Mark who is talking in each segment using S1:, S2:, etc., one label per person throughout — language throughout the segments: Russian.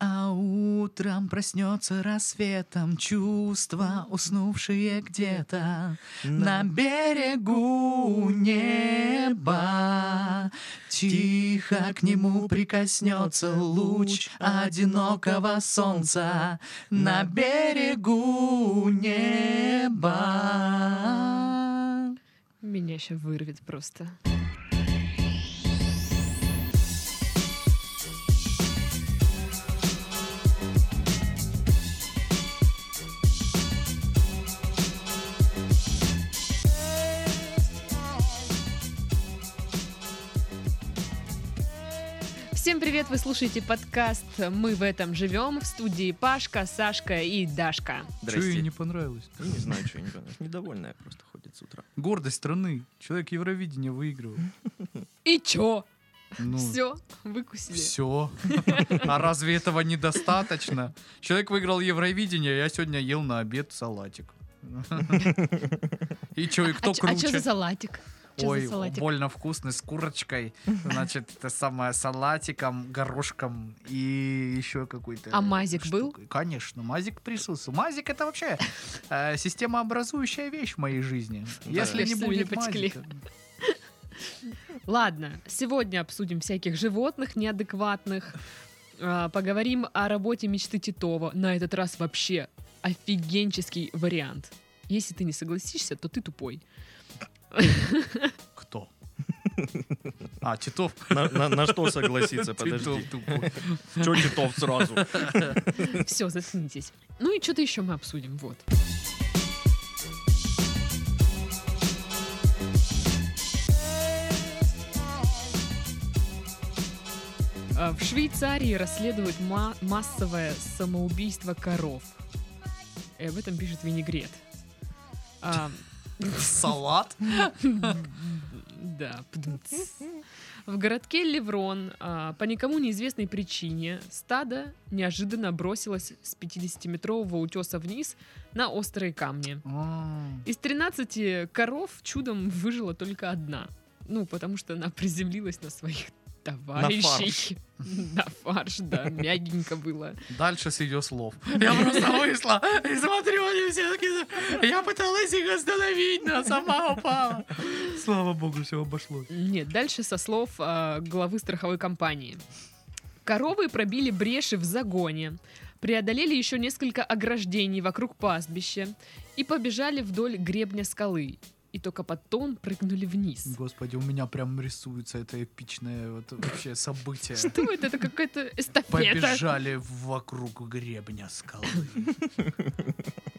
S1: А Утром проснется рассветом чувства, уснувшие где-то на берегу неба. Тихо к нему прикоснется луч одинокого солнца на берегу неба.
S2: Меня сейчас вырвет просто. Всем привет! Вы слушаете подкаст «Мы в этом живем» в студии Пашка, Сашка и Дашка.
S1: Чё
S3: Здрасте.
S1: ей не понравилось?
S3: Я не знаю, что не понравилось. Недовольная просто ходит с утра.
S1: Гордость страны. Человек Евровидение выигрывал.
S2: И чё?
S1: Ну,
S2: Все, выкусили.
S1: Все. А разве этого недостаточно? Человек выиграл Евровидение, я сегодня ел на обед салатик. И чё, и кто
S2: а, чё- а чё за
S1: круче?
S2: салатик? Чё
S1: Ой,
S2: за салатик?
S1: больно вкусный, с курочкой, значит, это самое, салатиком, горошком и еще какой-то...
S2: А мазик был?
S1: штукой. Конечно, мазик присутствовал. Мазик это вообще э, системообразующая вещь в моей жизни.
S3: Да.
S1: Если не
S2: Кажется,
S1: будет
S2: липочкли.
S1: мазика...
S2: Ладно, сегодня обсудим всяких животных неадекватных. а, Поговорим о работе мечты Титова. На этот раз вообще офигенческий вариант. Если ты не согласишься, то ты тупой.
S1: Кто? А, Титов.
S3: На, на- на что согласиться, подожди.
S1: Титов тупой.
S3: Че Титов сразу?
S2: Все, заткнитесь. Ну и что-то еще мы обсудим. Вот. А, В Швейцарии расследуют ма- массовое самоубийство коров. И об этом пишет Винегрет. А,
S1: Салат?
S2: да. пдмц. В городке Леврон а, по никому неизвестной причине стадо неожиданно бросилось с 50-метрового утеса вниз на острые камни.
S1: М,
S2: Из 13 коров чудом выжила только одна. Ну, потому что она приземлилась на своих товарищей. На фарш, да, мягенько было.
S1: Дальше с ее слов. Я просто вышла и смотрю, они все такие... Я пыталась их остановить, но сама упала. Слава богу, все обошлось.
S2: Нет, дальше со слов а, главы страховой компании. Коровы пробили бреши в загоне, преодолели еще несколько ограждений вокруг пастбища и побежали вдоль гребня скалы. И только потом прыгнули вниз.
S1: Господи, у меня прям рисуется это эпичное вот вообще событие.
S2: Что это? Это какая-то эстафета.
S1: Побежали вокруг гребня скалы,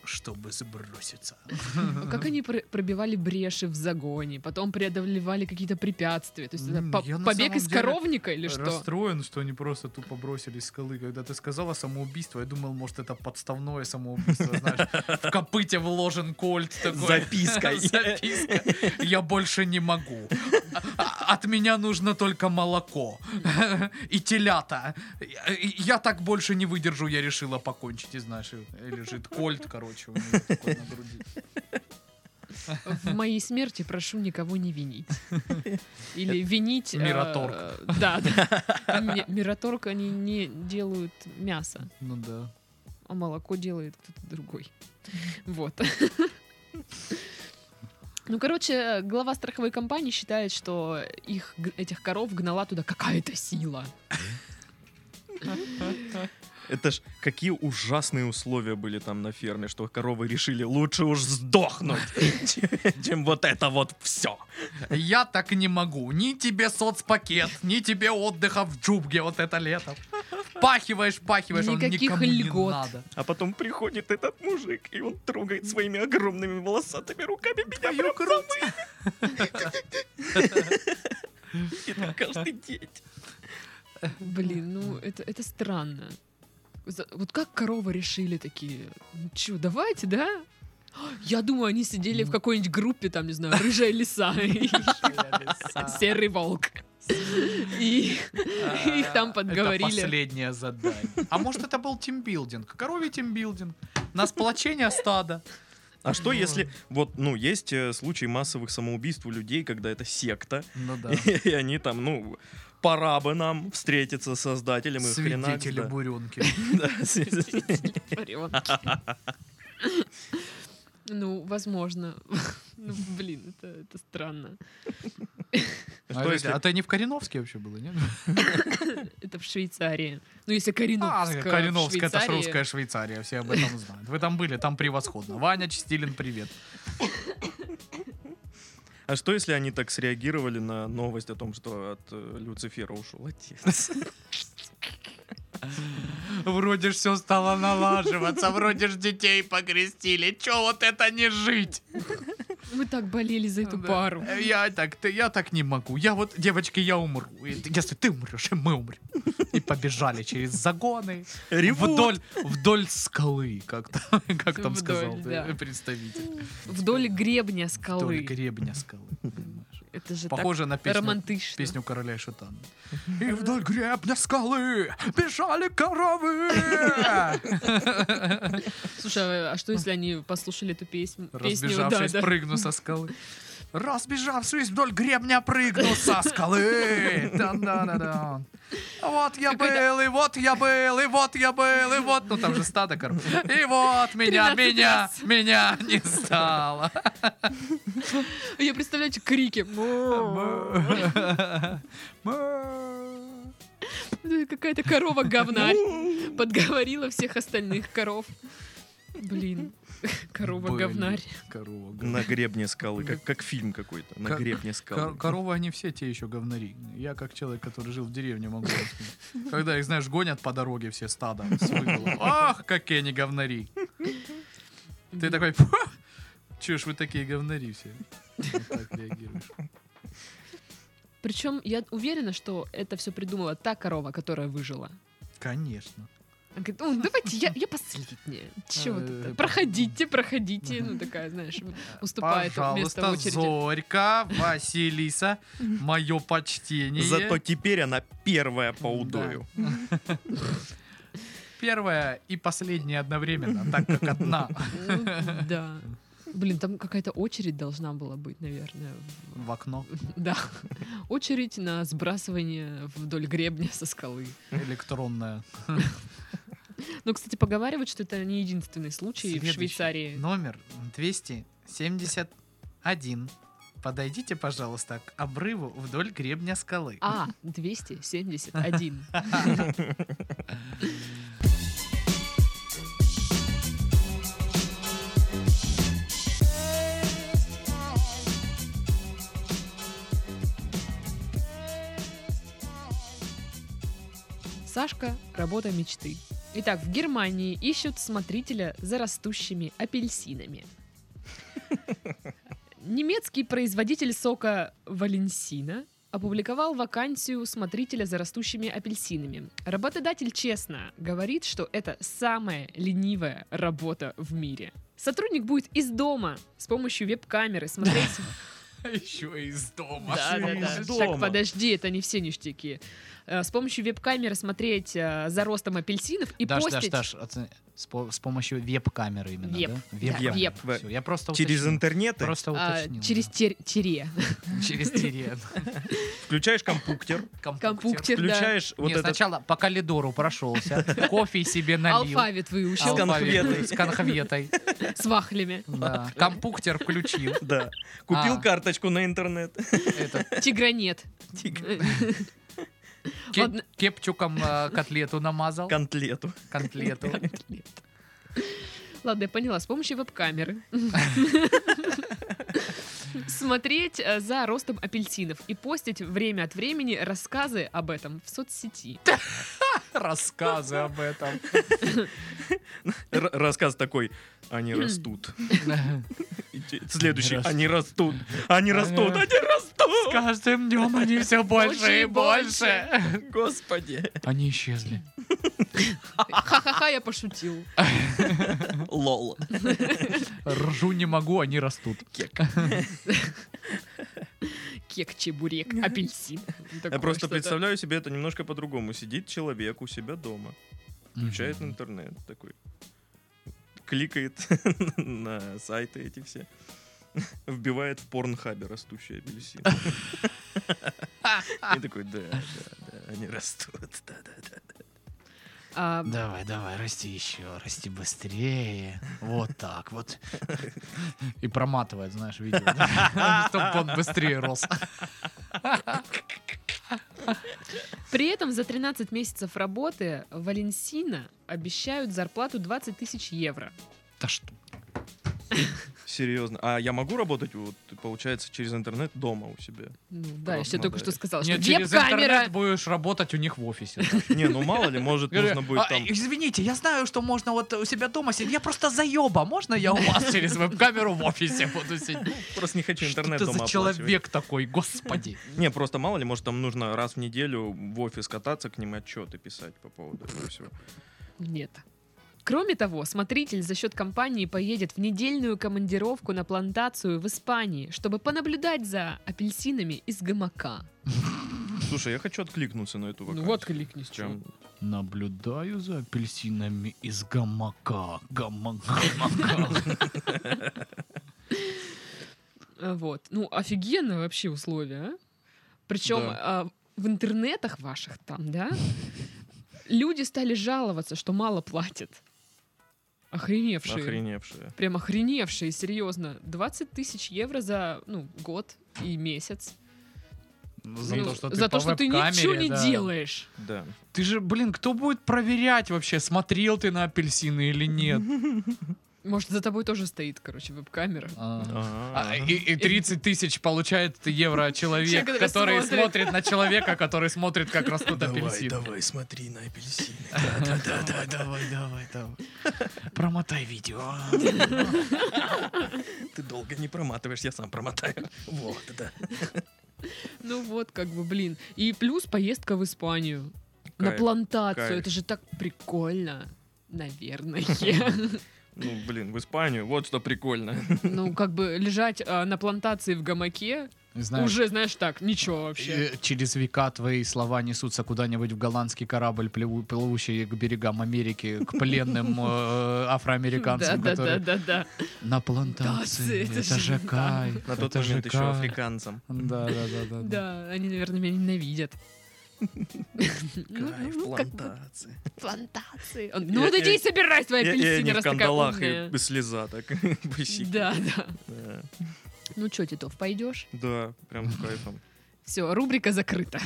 S1: чтобы сброситься. Ну,
S2: А Как они пр- пробивали бреши в загоне, потом преодолевали какие-то препятствия. То есть это
S1: М,
S2: по-
S1: я на
S2: побег
S1: самом
S2: из
S1: деле
S2: коровника или что?
S1: Расстроен, что они просто тупо бросили скалы. Когда ты сказала самоубийство, я думал, может, это подставное самоубийство, знаешь. В копыте вложен кольт такой. Э,
S3: Запиской.
S1: Записка. э, Я больше не могу. А- а- От меня нужно только молоко и телята. Я- Я так больше не выдержу, я решила покончить. И знаешь, и лежит кольт, короче, у него такой на груди.
S2: В моей смерти прошу никого не винить. Или винить... э,
S1: Мираторг.
S2: Да, да. Ми- Мираторг они не делают мясо,
S1: Ну да.
S2: а молоко делает кто-то другой. Вот. Ну, короче, глава страховой компании считает, что их, г- этих коров гнала туда какая-то сила.
S3: Это ж какие ужасные условия были там на ферме, что коровы решили лучше уж сдохнуть, чем- чем вот это вот все.
S1: Я так не могу. Ни тебе соцпакет, ни тебе отдыха в джубге вот это лето. Впахиваешь, впахиваешь, он
S2: Никаких
S1: никому
S2: льгот.
S1: не надо.
S3: А потом приходит этот мужик, и он трогает своими огромными волосатыми руками меня
S1: Твою
S3: прям за мыло. И так каждый день.
S2: Блин, ну это, это странно. За- Вот как коровы решили такие? Ну чё, давайте, да? Я думаю, они сидели
S1: Ну.
S2: в какой-нибудь группе, там, не знаю, рыжая лиса и серый волк. И их там
S1: А, Это
S2: подговорили.
S1: последнее задание. А может это был тимбилдинг? Коровий тимбилдинг. На сплочение стада.
S3: А что если, вот, ну, есть э, случаи массовых самоубийств у людей, когда это секта,
S1: Ну да.
S3: и они там, ну, пора бы нам встретиться с создателем и хрена.
S1: Свидетели буренки.
S3: Да, свидетели.
S2: Ну, возможно. Ну, блин, это, это странно.
S3: Что
S1: А
S3: если-
S1: это- а это не в Кореновске вообще было, нет?
S2: Это в Швейцарии. Ну, если
S1: А,
S2: Кореновск. э, в
S1: Кореновск, это ж
S2: Швейцарии.
S1: русская Швейцария, все об этом знают. Вы там были, там превосходно. Ваня Чистилин, привет.
S3: А что, если они так среагировали на новость о том, что от э, Люцифера ушел отец?
S1: Вроде ж все стало налаживаться, вроде ж детей покрестили. Че вот это не жить?
S2: Мы так болели за эту
S1: Да.
S2: пару.
S1: Э, Я так, ты- я так не могу. Я вот, девочки, я умру. И ты- Если ты умрешь, и мы умрем. И побежали через загоны.
S3: Ревут.
S1: Вдоль, вдоль скалы, как, там- как там
S2: Вдоль,
S1: сказал
S2: да.
S1: э, представитель.
S2: Вдоль гребня
S1: Вдоль
S2: скалы.
S1: гребня скалы. понимаешь.
S2: Это же так
S1: Похоже на песню
S2: романтично.
S1: песню короля и шатана. И вдоль гребня скалы бежали коровы.
S2: Слушай, а- а что если они послушали эту песню? песню? Да,
S1: Разбежавшись,
S2: да.
S1: прыгну со скалы. Разбежавшись вдоль гребня, прыгну со скалы. Да-да-да-да. Вот я был, и вот я был, и вот я был, и вот... Ну, там же стадо коров. И вот меня,
S2: 13
S1: меня,
S2: раз.
S1: меня не стало.
S2: Я представляю эти крики. Ну, Какая-то корова говнарь подговорила всех остальных коров. Блин, корова говнарь.
S1: Корова,
S3: На гребне скалы, как, как фильм какой-то. На
S1: Как-
S3: гребне
S1: Кор-
S3: скалы.
S1: коровы, они все те еще говнари. Я как человек, который жил в деревне, могу объяснить. Когда их, знаешь, гонят по дороге все стадо с выгулом. Ах, какие они говнари. Ты такой, «Фу, чё ж вы такие говнари все? Вот так реагируешь.
S2: Причем я уверена, что это все придумала та корова, которая выжила.
S1: Конечно.
S2: Она говорит, «О, давайте я, я последняя. Че вот
S1: Э,
S2: это? Проходите, проходите. Ну, такая, знаешь, уступает место в
S1: Пожалуйста,
S2: очереди.
S1: Зорька, Василиса, мое почтение.
S3: Зато теперь она первая по удою.
S1: Первое и последнее одновременно, так как одна
S2: Ну, Да. Блин, там какая-то очередь должна была быть, наверное. в-
S1: в окно.
S2: Да. Очередь на сбрасывание вдоль гребня со скалы.
S1: Электронное.
S2: Ну, кстати, поговаривают, что это не единственный случай в
S1: Следующий
S2: Швейцарии.
S1: Номер 271. Подойдите, пожалуйста, к обрыву вдоль гребня скалы.
S2: А, 271. Сашка, работа мечты. Итак, в Германии ищут смотрителя за растущими апельсинами. Немецкий производитель сока Валенсина опубликовал вакансию смотрителя за растущими апельсинами. Работодатель честно говорит, что это самая ленивая работа в мире. Сотрудник будет из дома с помощью веб-камеры смотреть...
S1: Еще из дома.
S2: Да, да, да.
S3: из
S2: Так,
S3: дома.
S2: подожди, это не все ништяки. Э, С помощью веб-камеры смотреть э, за ростом апельсинов и
S1: Даш,
S2: постить...
S1: Даш, Даш, оце- с, по- с помощью веб-камеры именно,
S2: Веб,
S1: да?
S2: да,
S1: Веб-камеры.
S2: веб.
S1: Всё, я просто
S3: Через
S1: уточнил.
S3: интернеты
S1: Просто
S2: а,
S1: уточнил.
S2: через
S1: да.
S2: тер- тире.
S1: Через терен.
S3: включаешь компуктер,
S1: Компуктер.
S2: Компуктер, да.
S3: включаешь вот
S1: Не,
S3: этот
S1: сначала по коридору прошелся, кофе себе налил.
S2: Алфавит выучил
S3: Алфавит. конфетой.
S1: С конфетой.
S2: с вахлями.
S1: Да. Компуктер включил.
S3: Да. Купил
S1: А.
S3: карточку на интернет.
S1: Этот,
S2: Тигранет.
S1: кеп-
S2: Ладно.
S1: Кепчуком э, котлету намазал.
S3: Контлету.
S1: Котлету.
S2: Ладно, я поняла, с помощью веб-камеры. Смотреть э, за ростом апельсинов и постить время от времени рассказы об этом в соцсети.
S1: Рассказы об этом.
S3: Р- Рассказ такой. Они растут. И те- Следующий.
S1: Они
S3: Они растут. Они растут.
S1: Ага.
S3: Они
S1: С
S3: растут.
S1: каждым днем они все больше и больше.
S3: Господи.
S1: Они исчезли.
S2: Ха-ха-ха, я пошутил.
S3: Лол.
S1: Ржу не могу, они растут.
S2: Кек, чебурек, апельсин.
S3: Я
S2: Такое
S3: просто
S2: что-то.
S3: представляю себе это немножко по-другому. Сидит человек у себя дома, включает интернет такой, кликает на сайты эти все, вбивает в порнхабе растущие апельсины. И такой, да, да, да, они растут, да, да, да.
S2: А,
S1: Давай, давай, расти еще, расти быстрее. Вот так вот. И проматывает, знаешь, видео. Чтобы он быстрее рос.
S2: При этом за 13 месяцев работы Валенсина обещают зарплату 20 тысяч евро.
S1: Да что?
S3: Серьезно. А я могу работать, вот, получается, через интернет дома у себя?
S2: Ну, да, я
S3: Ладно,
S2: тебе только
S3: да.
S2: что сказала, что
S1: Нет, через
S2: веб-камера.
S1: интернет будешь работать у них в офисе.
S3: Не, ну мало ли, может, нужно будет
S1: «А,
S3: там...
S1: Извините, я знаю, что можно вот у себя дома сидеть. Я просто заеба. Можно я у вас через веб-камеру в офисе буду сидеть?
S3: Просто не хочу
S1: Что
S3: интернет
S1: ты
S3: дома
S1: за
S3: оплачивать.
S1: человек такой, господи?
S3: Не, просто мало ли, может, там нужно раз в неделю в офис кататься, к ним отчеты писать по поводу этого всего.
S2: Нет. Кроме того, смотритель за счет компании поедет в недельную командировку на плантацию в Испании, чтобы понаблюдать за апельсинами из гамака.
S3: Слушай, я хочу откликнуться на эту вакансию.
S2: кликнись,
S3: Чем?
S1: Наблюдаю за апельсинами из гамака. Гамака.
S2: Вот. Ну, офигенно вообще условия, а? Причем
S3: Да.
S2: а, в интернетах ваших там, да, люди стали жаловаться, что мало платят. Охреневшие.
S3: Охреневшая.
S2: Прям охреневшие, серьезно. 20 тысяч евро за, ну, год и месяц.
S1: За
S2: Ну,
S1: то, что ты
S2: за
S1: по
S2: то, что ты
S1: веб-камере,
S2: ничего не
S1: да.
S2: делаешь.
S3: Да.
S1: Ты же, блин, кто будет проверять вообще, смотрел ты на апельсины или нет?
S2: Может, за тобой тоже стоит, короче, веб-камера.
S1: А.
S3: А,
S1: А, и, и 30 тысяч получает евро человек,
S2: Человек, который
S1: который
S2: смотрит.
S1: смотрит на человека, который смотрит, как растут апельсины.
S3: давай, смотри на апельсины.
S1: Давай, давай, давай, давай. Промотай видео.
S3: Ты долго не проматываешь, я сам промотаю. Вот, да.
S2: Ну вот, как бы, блин. И плюс поездка в Испанию. на
S3: Кайф,
S2: плантацию.
S3: кайф.
S2: Это же так прикольно. Наверное.
S3: Ну, блин, в Испанию, вот что прикольно.
S2: Ну, как бы лежать а, на плантации в гамаке
S1: Знаешь,
S2: уже, знаешь, так, ничего вообще.
S1: э, через века твои слова несутся куда-нибудь в голландский корабль, плеву- плывущий к берегам Америки, к пленным э,
S2: Да,
S1: афроамериканцам,
S2: да, да,
S1: которые
S2: да, да.
S1: на
S2: Да,
S1: плантации.
S2: это
S1: Это
S2: же
S1: же
S2: да.
S1: кайф.
S3: На тот
S1: это же
S3: момент еще
S1: кайф.
S3: африканцам.
S1: Да, да, да, да. да.
S2: Да, они, наверное, меня ненавидят. Ну,
S3: Кайф,
S2: ну, как бы
S3: плантации.
S2: плантации. Он, Ну, вот
S3: Я-
S2: иди
S3: я-
S2: и собирай свои
S3: И- И
S2: апельсины,
S3: они в
S2: раз такая
S3: кандалах,
S2: умная.
S3: и слеза так. босики.
S2: Да, да.
S3: Да.
S2: Ну что, Титов, пойдешь?
S3: Да, прям с кайфом.
S2: Все, рубрика закрыта.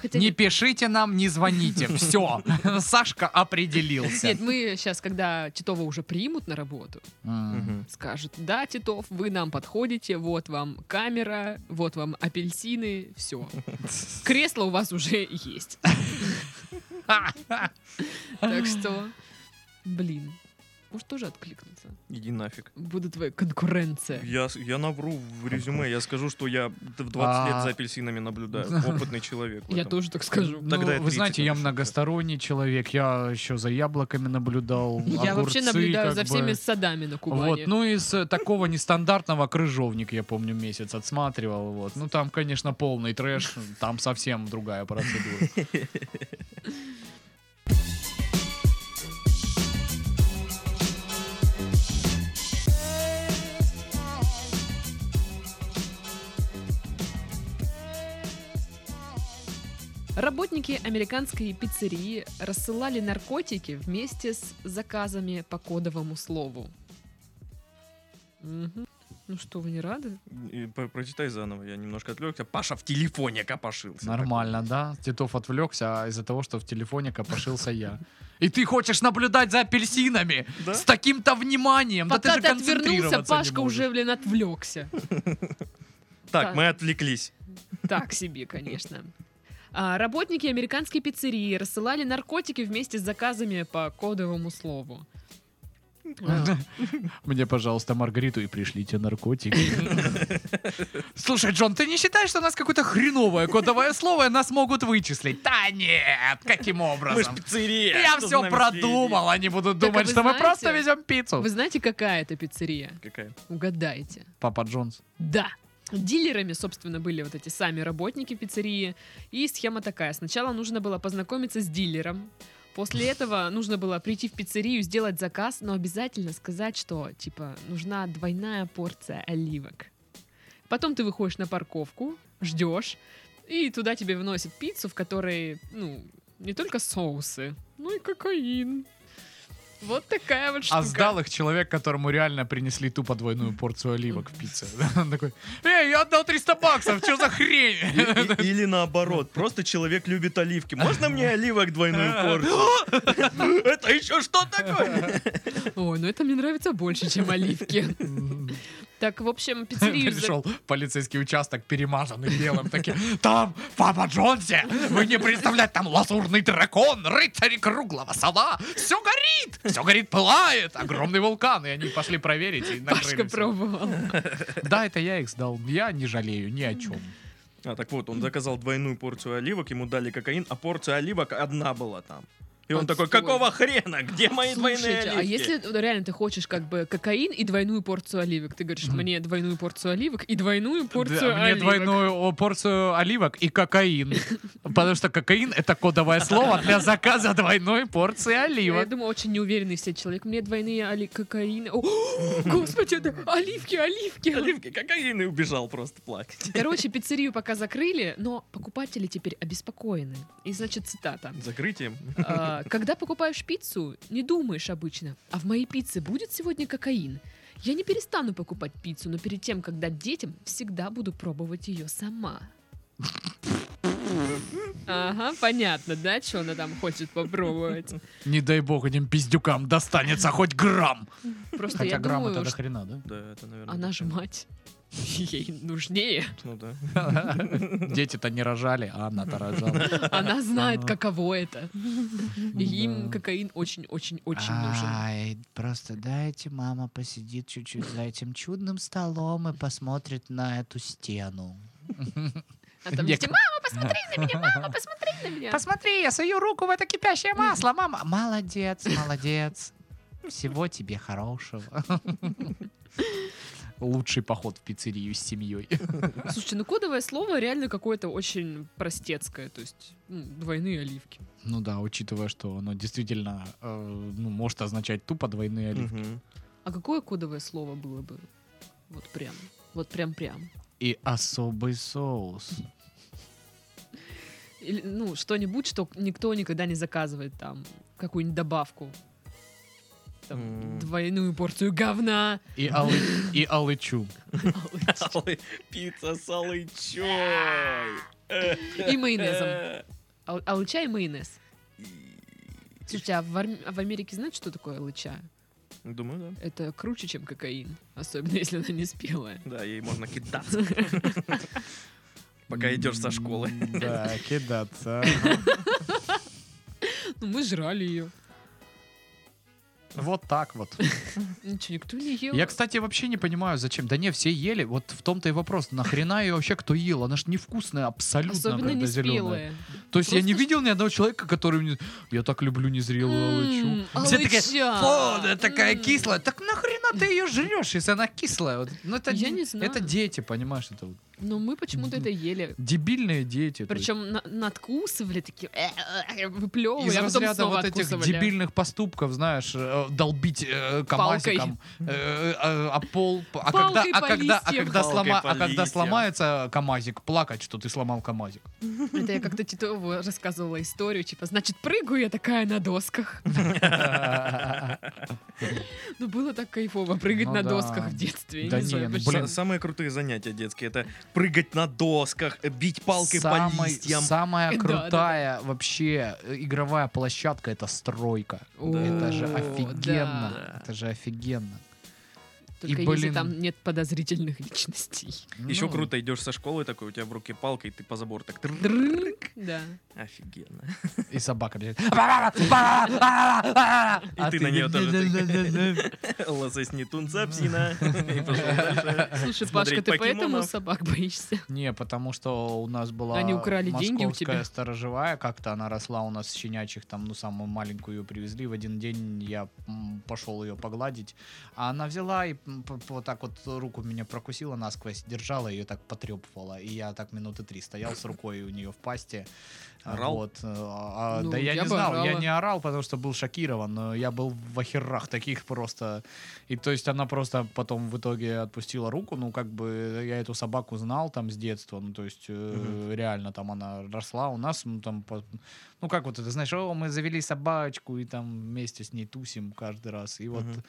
S2: Хотя
S1: Не
S2: нет,
S1: пишите нам, не звоните. Все. Сашка определился.
S2: нет, мы сейчас, когда Титова уже примут на работу,
S1: М.
S3: Мгм.
S2: скажут, да, Титов, вы нам подходите, вот вам камера, вот вам апельсины, все. Кресло у вас уже есть. Так что, блин, может тоже откликнуться.
S3: Иди нафиг.
S2: Буду твоя конкуренция.
S3: Я, с- я навру в резюме, я скажу, что я д- в 20 лет
S1: А.
S3: за апельсинами наблюдаю. Опытный человек. в
S2: Я
S3: этом.
S2: тоже так скажу.
S1: Ну,
S3: Тогда я
S1: вы
S3: 30
S1: знаете, я
S3: напишу, да.
S1: многосторонний человек. Я еще за яблоками наблюдал.
S2: Я вообще
S1: огурцы
S2: наблюдаю
S1: как
S2: за
S1: бы.
S2: всеми садами на Кубани.
S1: Вот, ну из э, такого нестандартного крыжовник, я помню, месяц отсматривал. Вот. Ну там, конечно, полный трэш, там совсем другая процедура.
S2: Работники американской пиццерии рассылали наркотики вместе с заказами по кодовому слову. Мгм. Ну что, вы не рады?
S3: И про- Прочитай заново, я немножко отвлекся. Паша в телефоне копошился.
S1: Нормально, да? Титов отвлекся а из-за того, что в телефоне копошился я. И ты хочешь наблюдать за апельсинами?
S3: Да.
S1: С таким-то вниманием? да
S2: Пока
S1: ты
S2: ты
S1: же концентрироваться
S2: отвернулся,
S1: не
S2: Пашка
S1: можешь.
S2: уже, блин, отвлекся.
S3: Так, мы отвлеклись.
S2: Так себе, конечно. А, Работники американской пиццерии рассылали наркотики вместе с заказами по кодовому слову. А,
S1: Мне, пожалуйста, Маргариту и пришлите наркотики. Слушай, Джон, ты не считаешь, что у нас какое-то хреновое кодовое слово, и нас могут вычислить? Да нет, каким
S3: Мы ж
S1: образом?
S3: пиццерия.
S1: Я
S3: что
S1: все
S3: за нами
S1: продумал, они будут
S2: Так, а
S1: думать,
S2: вы
S1: что мы
S2: знаете-
S1: просто везем пиццу.
S2: Вы знаете, какая это пиццерия?
S3: следить? Какая?
S2: Угадайте.
S1: Папа Джонс. а
S2: Да. Дилерами, собственно, были вот эти сами работники пиццерии. И схема такая. Сначала нужно было познакомиться с дилером. После этого нужно было прийти в пиццерию, сделать заказ, но обязательно сказать, что, типа, нужна двойная порция оливок. Потом ты выходишь на парковку, ждешь, И туда тебе вносят пиццу, в которой, ну, не только соусы, но и кокаин. Вот такая вот штука.
S1: А сдал их человек, которому реально принесли тупо двойную порцию оливок в пицце. Он такой, эй, я отдал 300 баксов, что за
S3: И-
S1: хрень?
S3: и- Или наоборот, просто человек любит оливки. Можно мне оливок двойную порцию? Это еще что такое?
S2: Ой, ну это мне нравится больше, чем оливки. Так, в общем, пиццерию... за-
S1: Пришел в Хм, полицейский участок, перемазанный белым, такие, там Папа Джонси, вы не представляете, там лазурный дракон, рыцари круглого сала, все горит, все горит, пылает, огромный вулкан, и они пошли проверить и накрыли
S2: Пашка
S1: всё.
S2: пробовал.
S1: Да, это я их сдал, я не жалею ни о чем.
S3: А так вот, он заказал двойную порцию оливок, ему дали кокаин, а порция оливок одна была там. И он такой,
S2: Отстой.
S3: какого хрена? Где мои двойные
S2: Слушайте,
S3: оливки?
S2: а если ну, реально ты хочешь как бы кокаин и двойную порцию оливок, ты говоришь, мне двойную порцию оливок и двойную порцию
S1: Да, мне
S2: оливок.
S1: двойную о, порцию оливок и кокаин. Потому что кокаин это кодовое слово для заказа двойной порции
S2: Ну, Я
S1: оливок.
S2: думаю, очень неуверенный все человек. Мне двойные оли... кокаины. О, господи, это оливки, оливки.
S3: Оливки, кокаин, и убежал просто плакать.
S2: Короче, пиццерию пока закрыли, но покупатели теперь обеспокоены. И значит, цитата.
S3: Закрытием.
S2: А, Когда покупаешь пиццу, не думаешь обычно, а в моей пицце будет сегодня кокаин. Я не перестану покупать пиццу, но перед тем, как дать детям, всегда буду пробовать ее сама. Ага, понятно, да, что она там хочет попробовать.
S1: Не дай бог этим пиздюкам достанется хоть грамм.
S2: Просто
S1: Хотя
S2: я
S1: грамм это
S2: думаю,
S1: до
S2: что
S1: хрена, да?
S3: Да, это, наверное.
S2: она же
S3: такая.
S2: мать. Ей нужнее.
S3: Ну да.
S1: Дети-то не рожали, а она-то рожала.
S2: Она знает, каково это. И им
S1: Ну Да. А,
S2: кокаин очень-очень-очень нужен.
S4: Ай, просто дайте мама посидит чуть-чуть за этим чудным столом и посмотрит на эту стену.
S2: А там
S1: Нек-
S2: везде, мама, посмотри на меня, мама, посмотри на меня.
S4: Посмотри, я сую руку в это кипящее масло, мама. Молодец, молодец. Всего тебе хорошего.
S1: Лучший поход в пиццерию с семьей.
S2: Слушайте, ну кодовое слово реально какое-то очень простецкое, то есть ну, двойные оливки.
S1: Ну да, учитывая, что оно действительно э, ну, может означать тупо двойные оливки.
S3: Мгм.
S2: А какое кодовое слово было бы? Вот прям, вот прям прям.
S1: И особый соус.
S2: Или, ну, что-нибудь, что никто никогда не заказывает там, какую-нибудь добавку. Там,
S3: М.
S2: двойную порцию говна.
S1: И, алы... и алычу.
S3: Алы- Пицца с алычой.
S2: И майонезом. Ал- Алыча и майонез. Слушайте, а в, Арм- а в Америке знают, что такое алыча?
S3: Думаю, да.
S2: Это круче, чем кокаин. Особенно, если она не спелая.
S3: Да, ей можно кидаться. Пока идешь со школы.
S1: Да, кидаться.
S2: Ну, мы жрали ее.
S1: Вот так вот.
S2: Ничего, никто не ел.
S1: Я, кстати, вообще не понимаю, зачем. Да не, все ели. Вот в том-то и вопрос. Нахрена ее вообще кто ел? Она же невкусная абсолютно,
S2: Особенно
S1: когда
S2: не
S1: зеленая.
S2: спелая.
S1: То есть я не
S2: Просто
S1: видел ни одного человека, который... мне, Я так люблю незрелую алычу.
S2: М,
S1: Все такие,
S2: алыча.
S1: «Фу, да такая
S2: М.
S1: кислая. Так нахрена ты ее жрешь, если она кислая? Вот, Ну, это, де-
S2: Я не знаю.
S1: это дети, понимаешь? Это вот
S2: Но ну, мы почему-то это ели.
S1: дебильные дети. то есть.
S2: Причем на- надкусывали такие, э, э, э, выплевывали,
S1: из
S2: а потом
S1: разряда
S2: снова
S1: вот этих
S2: откусывали.
S1: дебильных поступов, знаешь, э, долбить э, камазиком э, э, э, а пол, а когда,
S2: Палкой
S1: а
S2: по
S1: когда, а
S2: листьям.
S1: когда,
S3: Палкой
S1: слома-
S3: по
S1: а когда
S3: листьям.
S1: сломается камазик, плакать, что ты сломал камазик.
S2: Это я как-то Титову рассказывала историю, типа, значит, прыгаю я такая на досках. Ну, было так кайфово прыгать
S1: Ну
S2: на
S1: да.
S2: досках в детстве. я
S1: Да
S2: не
S1: не,
S2: знаю,
S1: ну,
S2: почему.
S3: Блин, самые крутые занятия детские это прыгать на досках, э, бить палкой по
S1: Самый-
S3: листьям.
S1: Самая
S2: Да,
S1: крутая вообще э, игровая площадка это стройка.
S2: О,
S1: Это же
S2: да.
S1: офигенно. Это же офигенно.
S2: Только
S1: И,
S2: если
S1: блин.
S2: там нет подозрительных личностей.
S3: Еще
S1: Ну,
S3: круто, идешь со школы такой, у тебя в руке палка, и ты по забору так. трррр.
S2: Дррррк, Да.
S3: Офигенно.
S1: И собака бежит.
S3: И
S1: А
S3: ты на неё тоже
S1: ты-
S3: Лосось не тунца, псина. И пошел
S1: Э,
S3: дальше.
S2: Слушай,
S3: Смотреть
S2: Пашка, ты поэтому
S3: покемонов.
S2: собак боишься?
S1: Не, потому что у нас была
S2: Они украли деньги у
S1: московская
S2: тебя?
S1: сторожевая, как-то она росла у нас с щенячьих, там, ну, самую маленькую ее привезли. В один день я пошел ее погладить, а она взяла и м, п- п- вот так вот руку меня прокусила насквозь, держала ее так потрепывала. И я так минуты три стоял с рукой у нее в пасте. А,
S3: Орал?
S1: Вот. э, а, а,
S2: Ну,
S1: да я, не
S2: я бы
S1: знал, я
S2: орала.
S1: не орал, потому что был шокирован, но я был в охерах таких просто. И то есть она просто потом в итоге отпустила руку, ну как бы я эту собаку знал там с детства, ну то есть э,
S3: Мгм.
S1: реально там она росла у нас, ну там, по- ну как вот это, знаешь, о, мы завели собачку и там вместе с ней тусим каждый раз, и вот
S3: Мгм.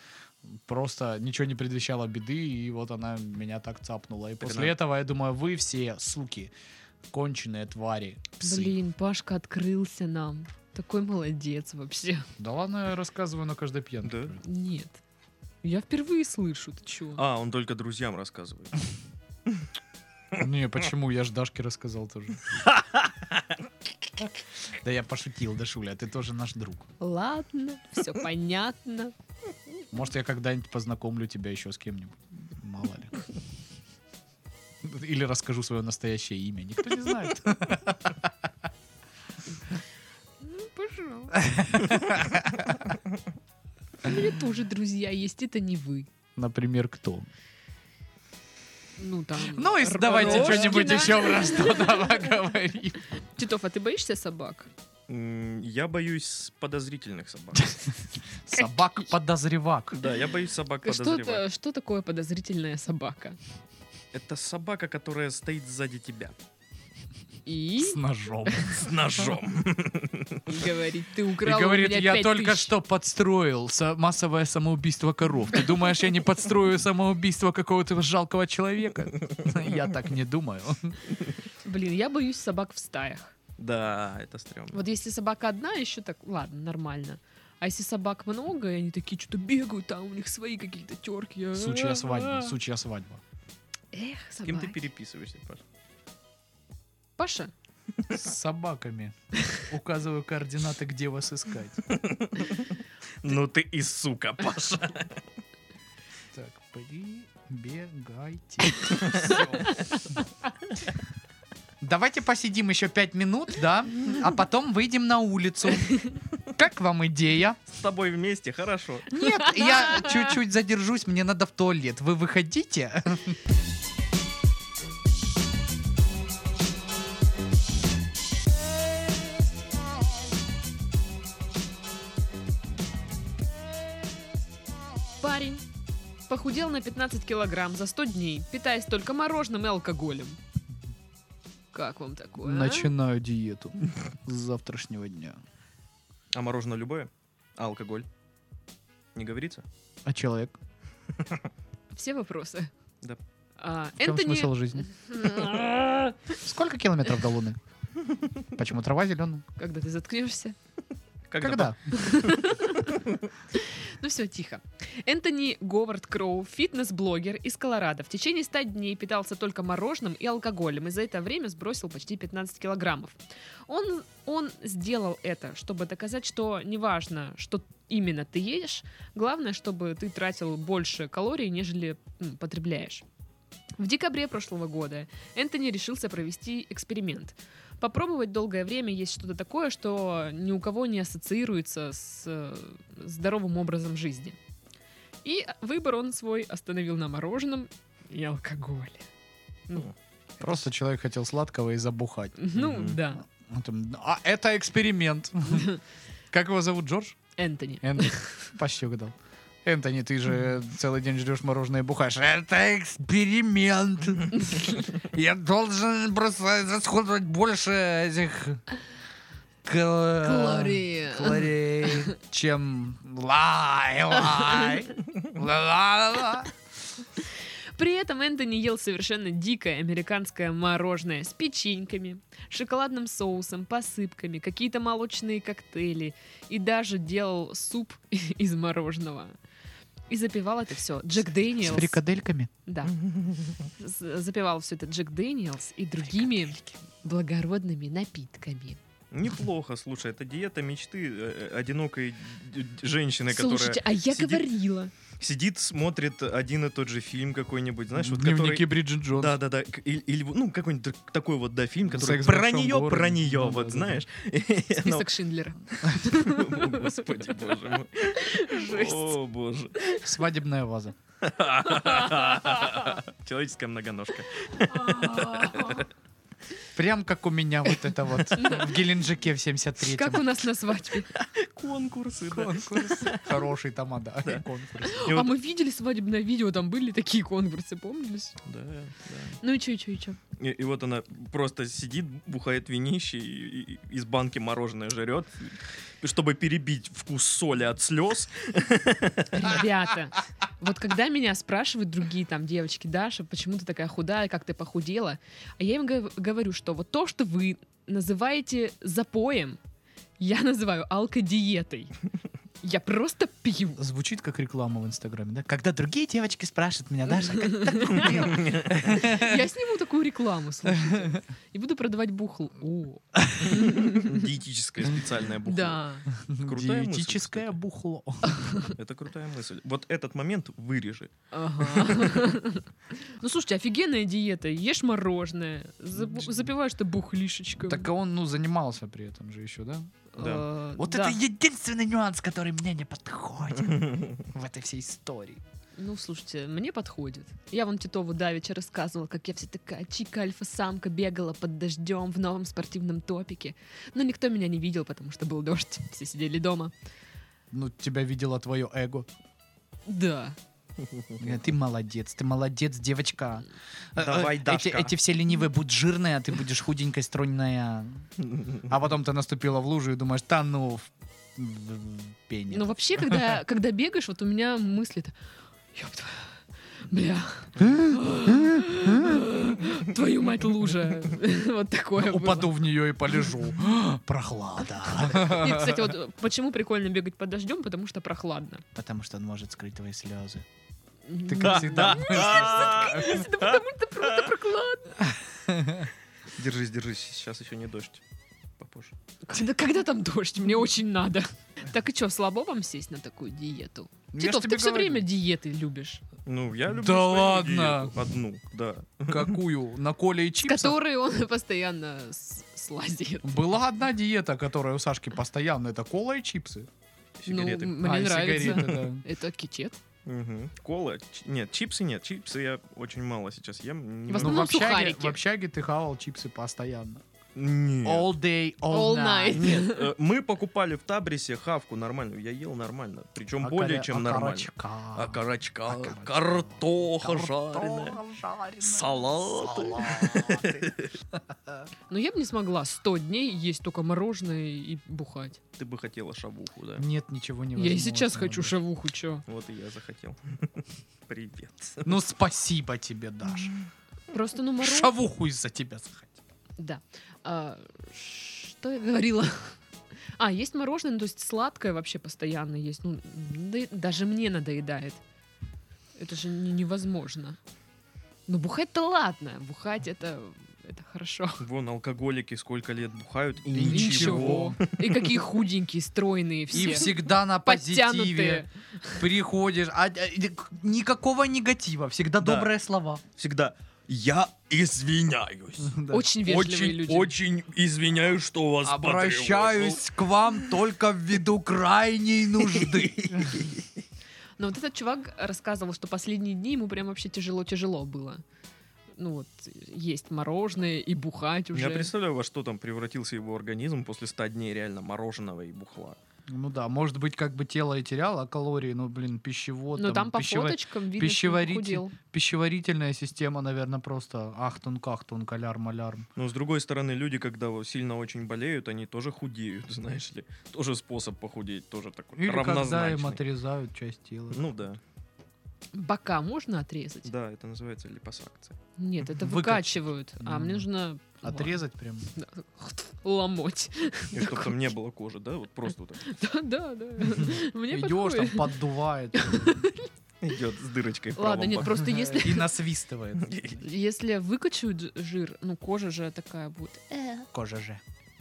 S1: просто ничего не предвещало беды, и вот она меня так цапнула. И после
S3: надо.
S1: этого я думаю, вы все суки, конченые твари, псы.
S2: Блин, Пашка открылся нам. Такой молодец вообще.
S1: Да ладно, я рассказываю на каждой пьянке.
S3: Да?
S1: про это.
S2: Нет. Я впервые слышу, ты чё?
S3: А, он только друзьям рассказывает.
S1: Не, почему? Я ж Дашке рассказал тоже. Да я пошутил, Дашуля, ты тоже наш друг.
S2: Ладно, все понятно.
S1: Может, я когда-нибудь познакомлю тебя еще с кем-нибудь. Мало ли. Или расскажу свое настоящее имя. Никто не знает.
S2: Ну, пожалуйста. У меня тоже друзья есть, это не вы.
S1: Например, кто?
S2: Ну, там...
S5: Ну и с- давайте
S2: Рожкина.
S5: что-нибудь еще про что-то поговорим.
S2: Титов, а ты боишься собак?
S3: М, Я боюсь подозрительных собак.
S1: Собак-подозревак.
S3: Да, я боюсь собак
S2: Что,
S3: подозревать.
S2: та- что такое подозрительная собака?
S3: Это собака, которая стоит сзади тебя.
S2: И,
S1: С ножом.
S3: С ножом.
S2: и говорит, ты
S1: И
S2: украл у
S1: говорит,
S2: меня
S1: я
S2: пять
S1: только
S2: тысяч».
S1: что подстроил со- массовое самоубийство коров. Ты думаешь, я не подстрою самоубийство какого-то жалкого человека? Я так не думаю.
S2: Блин, я боюсь собак в стаях.
S3: Да, это стрёмно.
S2: Вот если собака одна, еще так, ладно, нормально. А если собак много, и они такие что-то бегают, там у них свои какие-то терки.
S1: Сучья свадьба, сучья свадьба.
S2: а. Эх,
S3: С кем ты
S2: собаки.
S3: переписываешься, Паш?
S2: Паша,
S1: С собаками. Указываю координаты, где вас искать.
S3: Ну ты и сука, Паша.
S1: Так, прибегайте. Всё. Давайте посидим еще пять минут, да? А потом выйдем на улицу. Как вам идея?
S3: С тобой вместе, хорошо.
S1: Нет, я чуть-чуть задержусь, мне надо в туалет. Вы выходите?
S2: парень похудел на 15 килограмм за 100 дней, питаясь только мороженым и алкоголем. Как вам такое? а?
S1: Начинаю диету с завтрашнего дня.
S3: А мороженое любое? А алкоголь? Не говорится?
S1: А человек?
S2: Все вопросы?
S3: Да.
S2: А,
S1: В чем
S2: Энтони...
S1: смысл жизни? Сколько километров до Луны? Почему трава зеленая?
S2: Когда ты заткнешься?
S1: Когда?
S2: Ну все, тихо. Энтони Говард Кроу, фитнес-блогер из Колорадо, в течение 100 дней питался только мороженым и алкоголем, и за это время сбросил почти 15 килограммов. Он, он сделал это, чтобы доказать, что неважно, что именно ты едешь, главное, чтобы ты тратил больше калорий, нежели м, потребляешь. В декабре прошлого года Энтони решился провести эксперимент. Попробовать долгое время есть что-то такое, что ни у кого не ассоциируется с э, здоровым образом жизни. И выбор он свой остановил на мороженом и алкоголе. Ну,
S1: Просто человек хотел сладкого и забухать.
S2: ну
S3: Мгм.
S2: да,
S1: Он там, А это эксперимент. Как его зовут, Джордж?
S2: Энтони.
S1: Энтони. Почти угадал. Энтони, ты же целый день жрешь мороженое и бухаешь. Это эксперимент. Я должен просто расходовать больше этих... кал-
S2: Калорий.
S1: калорий, чем лай, лай, ла-ла-ла.
S2: При этом Энтони ел совершенно дикое американское мороженое с печеньками, шоколадным соусом, посыпками, какие-то молочные коктейли и даже делал суп из мороженого. И запивал это все. Джек
S1: С
S2: Дэниелс.
S1: фрикадельками?
S2: Да. З- Запивал все это Джек Дэниелс и другими благородными напитками.
S3: Неплохо, слушай, это диета мечты э, э, одинокой д- д- женщины, которая
S2: Слушайте, а я
S3: сидит-
S2: говорила.
S3: сидит, смотрит один и тот же фильм какой-нибудь, знаешь, вот
S1: Дневники
S3: который...
S1: Бриджит Джонс.
S3: Да, да, да. к- Или, или вот, ну, какой-нибудь так- такой вот, да, фильм, который
S1: «Секс в
S3: про
S1: большом
S3: нее, про
S1: городе». Ну
S3: нее,
S1: Да,
S3: вот,
S1: да, да.
S3: знаешь. И она
S2: Список Шиндлера.
S3: О, Господи, боже мой.
S2: Жесть.
S3: О, боже.
S1: Свадебная ваза.
S3: Человеческая многоножка.
S1: Прям как у меня вот это вот в Геленджике в 73-м.
S2: Как у нас на свадьбе?
S3: Конкурсы, да.
S1: Конкурс. Хороший там, а, да. Конкурс.
S3: И
S2: А
S3: вот-
S2: мы видели свадебное видео, там были такие конкурсы, помнишь?
S3: Да, да.
S2: Ну и чё, и чё, и чё?
S3: И, и вот она просто сидит, бухает винище и, и- и из банки мороженое жрет, чтобы перебить вкус соли от слез.
S2: Ребята, вот когда меня спрашивают другие там девочки, Даша, почему ты такая худая, как ты похудела, а я им гов- говорю, что вот то, что вы называете запоем, я называю алкодиетой. Я просто пью.
S1: Звучит как реклама в Инстаграме, да? Когда другие девочки спрашивают меня, Даша, как ты худела?»
S2: Я сниму такую рекламу, слушайте. И буду продавать бухл. О,
S3: Диетическое специальное бухло.
S2: да.
S3: Крутая мысль,
S1: Диетическое
S3: кстати.
S1: бухло.
S3: Это крутая мысль. Вот этот момент вырежи.
S2: Ага. Ну, слушайте, офигенная диета. Ешь мороженое, забу- запиваешь ты бухлишечком.
S1: Так а он, ну, занимался при этом же еще, да?
S2: Э,
S1: Вот
S2: да.
S1: это единственный нюанс, который мне не подходит в этой всей истории.
S2: Ну, слушайте, мне подходит. Я вам Титову давеча рассказывала, как я вся такая чика альфа-самка бегала под дождем в новом спортивном топике. Но никто меня не видел, потому что был дождь. Все сидели дома.
S1: Ну, тебя видело твое эго.
S2: Да.
S1: Э, Ты молодец, ты молодец, девочка. Э, э,
S3: Давай,
S1: эти,
S3: Дашка.
S1: эти все ленивые будут жирные, а ты будешь худенькой, стройная. А потом ты наступила в лужу и думаешь, та ну, в- в- в пене.
S2: Но вообще, когда, когда бегаешь, вот у меня мысли то Ёб твою. Бля. Твою мать лужа. Вот такое было.
S1: Ну, Упаду в нее и полежу. Прохлада.
S2: Нет, кстати, вот э, почему прикольно бегать под дождем? Потому что прохладно.
S1: Потому что он может скрыть твои слезы.
S2: Ты
S1: Ты как всегда.
S2: Да потому что просто прохладно.
S3: Держись, держись. Сейчас еще не дождь. Попозже.
S2: Когда, когда там дождь? Мне очень надо. Так и что, слабо вам сесть на такую диету?
S1: Ну, Я ж
S2: Титов,
S1: тебе
S2: ты все
S1: говорю.
S2: время диеты любишь,
S3: Ну, я люблю
S1: Да
S3: свою
S1: ладно!
S3: диету. Одну, да.
S1: Какую? На коле и
S2: с
S1: чипсах?
S2: которой он постоянно с- слазит.
S1: Была одна диета, которая у Сашки постоянно, это кола и чипсы.
S3: Сигареты.
S2: Ну, мне
S1: А, и
S2: нравится.
S1: сигареты, да.
S2: Это кетет.
S3: Мгм. Кола. ч- Нет, чипсы нет. Чипсы я очень мало сейчас ем.
S1: Ну,
S3: Не могу.
S2: В
S1: в
S2: основном
S1: общаге, в
S2: сухарики.
S1: общаге ты хавал чипсы постоянно.
S3: Нет.
S1: All day, all,
S2: All night.
S1: night.
S3: Э, Мы покупали в Табрисе хавку нормальную. Я ел нормально. Причем более чем нормально.
S1: Окорочка.
S3: Окорочка, А картоха жареная, салат.
S1: Салаты.
S2: Но я бы не смогла 100 дней есть только мороженое и бухать.
S3: Ты бы хотела шавуху, да?
S1: Нет, ничего не
S2: Я и сейчас хочу шавуху, чё.
S3: Вот и я захотел. Привет.
S1: Ну, спасибо тебе, Даша.
S2: Просто, ну, мороженое...
S1: Шавуху из-за тебя захотел.
S2: Да. А, что я говорила? А, есть мороженое, ну, то есть сладкое вообще постоянно есть. Ну, да- даже мне надоедает. Это же не- невозможно. Ну, бухать-то ладно. Бухать это, это хорошо.
S3: Вон алкоголики сколько лет бухают и
S1: И
S3: ничего.
S1: ничего.
S2: И какие худенькие, стройные все.
S1: И всегда на позитиве
S2: Подтянутые.
S1: приходишь. а, а, и к- никакого негатива, всегда
S3: Да.
S1: добрые слова.
S3: Всегда я извиняюсь.
S1: Да.
S2: Очень вежливые
S3: Очень,
S2: люди.
S3: очень извиняюсь, что вас
S1: Обращаюсь к вам только ввиду крайней нужды.
S2: Но вот этот чувак рассказывал, что последние дни ему прям вообще тяжело-тяжело было. Ну вот, есть мороженое и бухать
S3: Я
S2: уже.
S3: представляю, во что там превратился его организм после 100 дней реально мороженого и бухла.
S1: Ну да, может быть, как бы тело и теряло калории, но, блин, пищевод,
S2: Но Ну, там по
S1: пищево-
S2: фоточкам видно, что он
S1: пищеваритель.
S2: похудел.
S1: пищеварительная система, наверное, просто ахтун кахтун калярм алярм.
S3: Но с другой стороны, люди, когда вот сильно очень болеют, они тоже худеют, знаешь ли. Тоже способ похудеть, тоже такой
S1: Или когда им
S3: равнозначный.
S1: отрезают часть тела.
S3: Ну да,
S2: Бока можно отрезать?
S3: да, это называется липосакция.
S2: Нет, это
S1: Выкачать.
S2: выкачивают. А
S1: М.
S2: мне нужно
S1: Отрезать прям.
S2: ладно, ломоть.
S3: И чтобы там не было кожи, да, вот просто вот так
S2: Да, да, да. Мне
S1: Идешь, там
S2: подходит.
S1: поддувает
S3: идет с дырочкой. в
S2: Ладно,
S3: правом
S2: нет,
S3: боку.
S2: просто если
S1: и насвистывает.
S2: если выкачают жир, ну кожа же такая будет. э,
S1: Кожа же.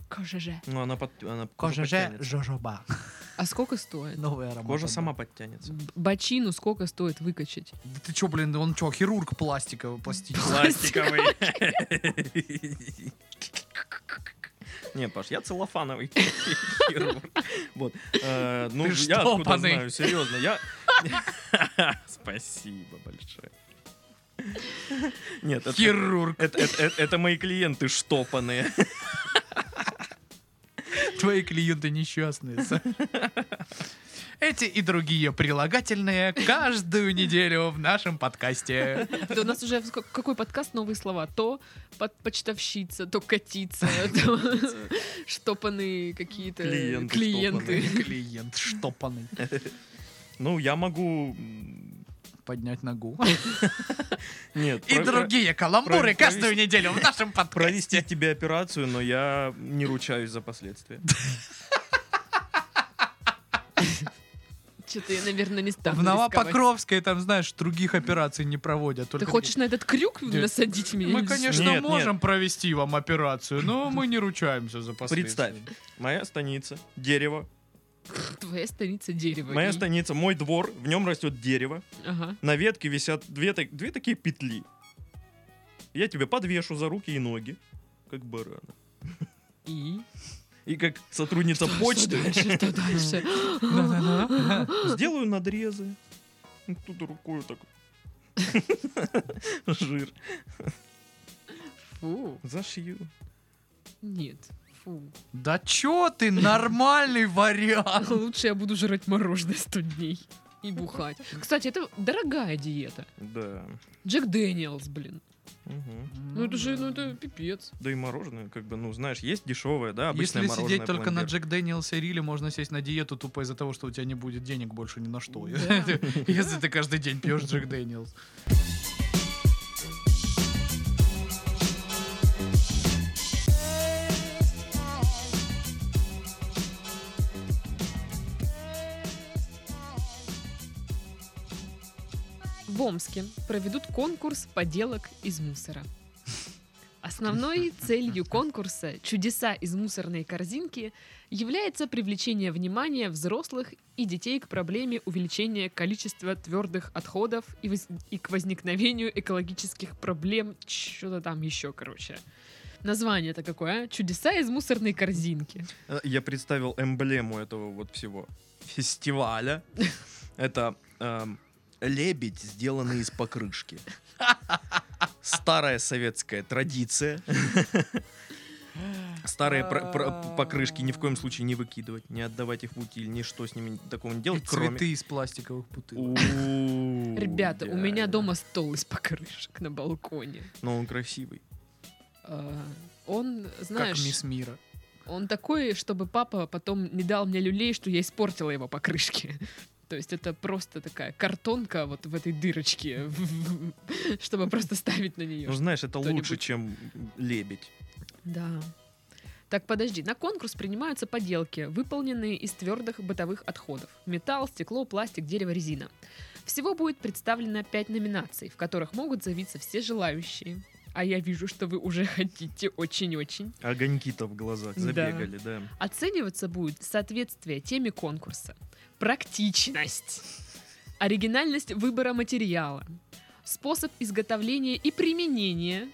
S2: КЖЖ.
S3: Ну, она, под, она кожа
S4: Кожа же
S3: подтянется.
S4: жожоба.
S2: А сколько стоит?
S4: Новая работа.
S1: ну,
S3: Кожа сама подтянется.
S2: Б- Бочину сколько стоит выкачать?
S1: Да ты чё, блин, он чё, хирург пластиковый, пластический?
S3: Пластиковый. Не, Паш, я целлофановый. хирург. Вот. Э, Ну,
S1: Ты
S3: я откуда
S1: штопанный.
S3: знаю, серьезно. Я... Спасибо большое. Нет, это-
S1: Хирург.
S3: это- это это- это мои клиенты штопанные.
S1: Твои клиенты несчастные. Саш. Эти и другие прилагательные каждую неделю в нашем подкасте.
S2: Да у нас уже ск- какой подкаст новые слова? То под почтовщица, то котица, то штопанные какие-то
S3: Клиенты
S2: клиенты.
S1: Клиент штопанный.
S3: Ну, я могу... м,
S1: Поднять ногу.
S3: Нет,
S1: И
S3: про- про-
S1: другие каламбуры
S3: про-
S1: каждую неделю в нашем подкасте.
S3: провести тебе операцию, но я не ручаюсь за последствия.
S2: Что-то я, наверное, не стану
S1: В
S2: рисковать.
S1: Новопокровской там, знаешь, других операций не проводят.
S2: Ты
S1: только-
S2: хочешь на этот крюк
S1: Дядь,
S2: насадить меня?
S1: Мы, конечно,
S3: Нет, нет.
S1: можем провести вам операцию, но мы не ручаемся за последствия.
S3: Представь, моя станица, дерево.
S2: Твоя станица дерева.
S3: Моя
S2: И-
S3: станица, мой двор, в нем растет дерево.
S2: Ага.
S3: На ветке висят две, так- две такие петли. Я тебе подвешу за руки и ноги, как барана.
S2: И?
S3: И как сотрудница
S2: Что-
S3: почты
S2: Что дальше? Что дальше?
S1: Да-да-да.
S3: сделаю надрезы. Ну, Тут рукой так. Жир.
S2: Фу.
S3: Зашью.
S2: Нет. Фу.
S1: Да чё ты, нормальный вариант.
S2: Лучше я буду жрать мороженое 100 дней и бухать. Кстати, это дорогая диета.
S3: Да.
S2: Джек Дэниелс, блин.
S3: Мгм.
S2: Ну это же, ну это пипец.
S3: Да и мороженое, как бы, ну, знаешь, есть дешевое, да, обычное
S1: Если
S3: мороженое.
S1: сидеть только на
S3: пломбир.
S1: Джек Дэниелсе Риле, можно сесть на диету тупо из-за того, что у тебя не будет денег больше ни на что.
S2: Да.
S1: Если ты каждый день пьешь Джек Дэниелс.
S2: В Омске проведут конкурс поделок из мусора. Основной целью конкурса «Чудеса из мусорной корзинки» является привлечение внимания взрослых и детей к проблеме увеличения количества твердых отходов и, воз- и к возникновению экологических проблем, что-то там еще, короче. Название-то какое, а? «Чудеса из мусорной корзинки».
S3: Э, Я представил эмблему этого вот всего фестиваля. Это эм, лебедь, сделанный из покрышки. Старая советская традиция. Старые про- про- покрышки ни в коем случае не выкидывать, не отдавать их в утиль, ничто с ними такого не
S1: И
S3: делать, Ну, кроме...
S1: цветы из пластиковых бутылок.
S3: У,
S2: Ребята, у меня
S3: идеально.
S2: дома стол из покрышек на балконе.
S3: Но он красивый.
S2: А, Он,
S1: Как
S2: Ну, знаешь...
S1: мисс Мира.
S2: Он такой, чтобы папа потом не дал мне люлей, что я испортила его покрышки. То есть это просто такая картонка вот в этой дырочке, чтобы просто ставить на
S3: Ну,
S2: нее.
S3: знаешь, это лучше,
S2: кто-нибудь-
S3: чем лебедь.
S2: Да. Так, подожди. На конкурс принимаются поделки, выполненные из твердых бытовых отходов. Металл, стекло, пластик, дерево, резина. Всего будет представлено 5 номинаций, в которых могут заявиться все желающие. А я вижу, что вы уже хотите очень-очень.
S3: Огоньки-то в глазах
S2: Да.
S3: забегали, да.
S2: Оцениваться будет соответствие теме конкурса, практичность, оригинальность выбора материала, способ изготовления и применения,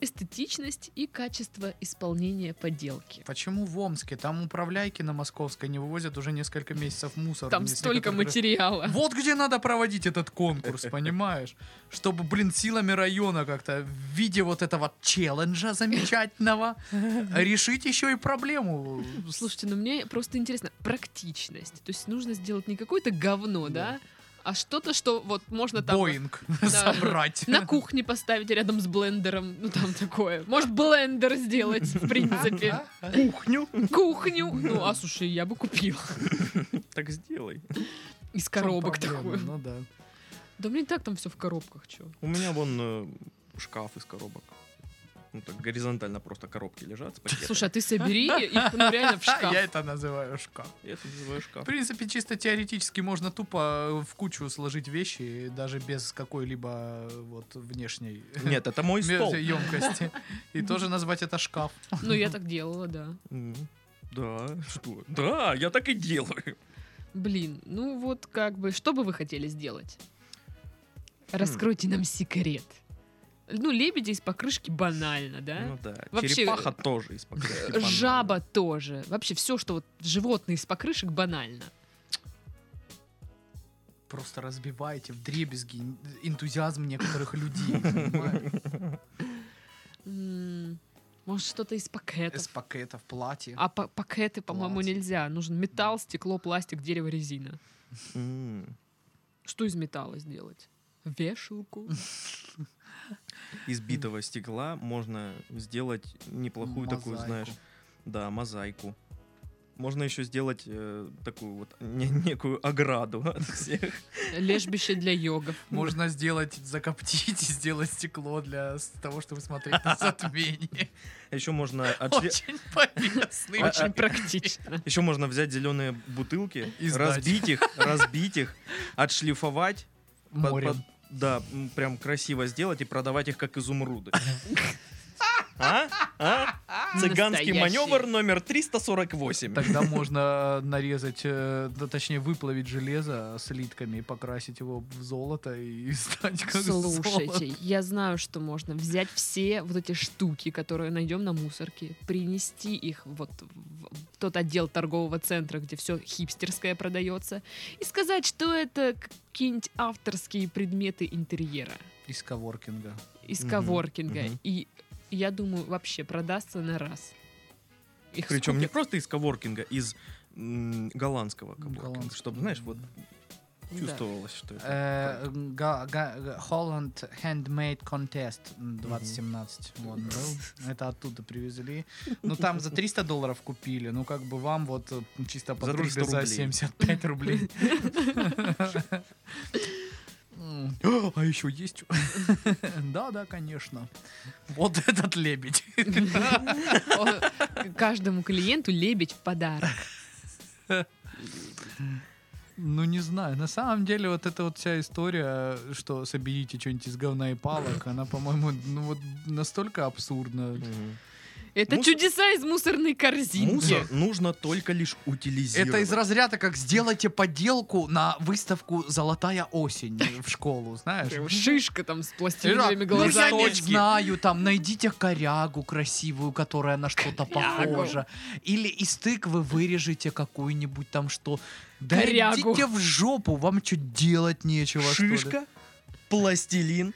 S2: эстетичность и качество исполнения поделки.
S1: Почему в Омске? Там управляйки на Московской не вывозят уже несколько месяцев мусор.
S2: Там
S1: С
S2: столько
S1: некоторых-
S2: материала.
S1: Вот где надо проводить этот конкурс, понимаешь? Чтобы, блин, силами района как-то в виде вот этого челленджа замечательного решить еще и проблему.
S2: Слушайте, ну мне просто интересно, практичность. То есть нужно сделать не какое-то говно, да, а что-то, что вот можно ну, там
S1: Боинг
S2: Да.
S1: собрать.
S2: на кухне поставить рядом с блендером, ну там такое. Может, блендер сделать, в принципе.
S1: А?
S3: Кухню?
S2: кухню. Ну, а слушай, я бы купила.
S3: Так сделай.
S2: Из коробок
S1: В чем проблема?
S2: такую.
S1: Ну да.
S2: Да мне и так там все в коробках, чё.
S3: У меня вон э, шкаф из коробок. ну так горизонтально просто коробки лежат с пакетами.
S2: Слушай, а ты собери их, ну реально в шкаф.
S1: Я это называю шкаф.
S3: Я это называю шкаф.
S1: В принципе, чисто теоретически можно тупо э, в кучу сложить вещи, даже без какой-либо э, вот внешней
S3: Нет, это мой стол.
S1: емкости. И тоже назвать это шкаф.
S2: Ну, я так делала, да.
S3: М, Да, что? Да, я так и делаю.
S2: Блин, ну вот как бы, что бы вы хотели сделать?
S1: Хм.
S2: Раскройте нам секрет. Ну, лебеди из покрышки банально, да?
S3: Ну да.
S2: Вообще- э,
S3: Черепаха тоже из покрышки банана.
S2: Жаба тоже. Вообще все, что вот животные из покрышек, банально.
S1: Просто разбиваете в дребезги энтузиазм некоторых людей. понимаешь?
S2: М, Может, что-то из пакетов.
S1: Из пакетов, платье.
S2: А па- пакеты, по-моему,
S1: Пластик.
S2: нельзя. Нужен металл, стекло, пластик, дерево, резина.
S3: М,
S2: Что из металла сделать? Вешалку.
S3: Из битого стекла можно сделать неплохую такую,
S1: Мозаику.
S3: знаешь, да, мозаику. Можно еще сделать э, такую вот не- некую ограду от всех.
S2: Лежбище для йогов.
S1: Можно сделать, закоптить и сделать стекло для с- того, чтобы смотреть на затмение.
S3: Еще А можно отшле-
S1: Очень полезный.
S3: А- а-
S2: Очень практично.
S3: Еще можно взять зеленые бутылки,
S1: И сдать.
S3: разбить их, разбить их, отшлифовать, под-
S1: Морем.
S3: под- да, м, прям красиво сделать и продавать их как изумруды. А? А? Цыганский
S2: Настоящие.
S3: маневр номер 348.
S1: Тогда можно нарезать, э, да, точнее выплавить железо слитками, покрасить его в золото и стать как золото.
S2: Слушайте, я знаю, что можно взять все вот эти штуки, которые найдем на мусорке, принести их вот в в тот отдел торгового центра, где все хипстерское продается, и сказать, что это какие-нибудь авторские предметы интерьера
S1: Из коворкинга.
S2: из
S3: Мгм,
S2: коворкинга.
S3: мгм.
S2: И я думаю, вообще продастся на раз. Их
S3: Причем не
S2: скупят.
S3: просто из коворкинга, из м, голландского коворкинга.
S1: Голландского,
S3: Чтобы, знаешь, вот
S2: Да.
S3: чувствовалось, что это.
S1: Э, га- га- Holland Handmade Contest 2017. Вот был. Это оттуда привезли. Ну там за 300 долларов купили. Ну как бы вам вот э, чисто по
S3: За
S1: дружбе
S3: 300
S1: за
S3: рублей.
S1: 75 рублей. М. А еще есть? Да, да, конечно. Вот этот лебедь.
S2: О, Каждому клиенту лебедь в подарок.
S1: Ну, не знаю. На самом деле, вот эта вот вся история, что соберите что-нибудь из говна и палок, она, по-моему, ну вот настолько абсурдна.
S3: Мгм.
S2: Это
S3: Мусор-
S2: чудеса из мусорной корзинки.
S3: Мусор нужно только лишь утилизировать.
S1: Это из разряда, как сделайте поделку на выставку «Золотая осень» в школу, знаешь?
S2: Прям шишка там с пластилиновыми
S1: Ну, я
S2: глазами.
S1: не знаю, там, найдите корягу красивую, которая на что-то
S2: Корягу.
S1: похожа. Или из тыквы вырежете какую-нибудь там что. Да
S2: Корягу.
S1: идите в жопу, вам что делать нечего, что ли?
S3: Шишка, пластилин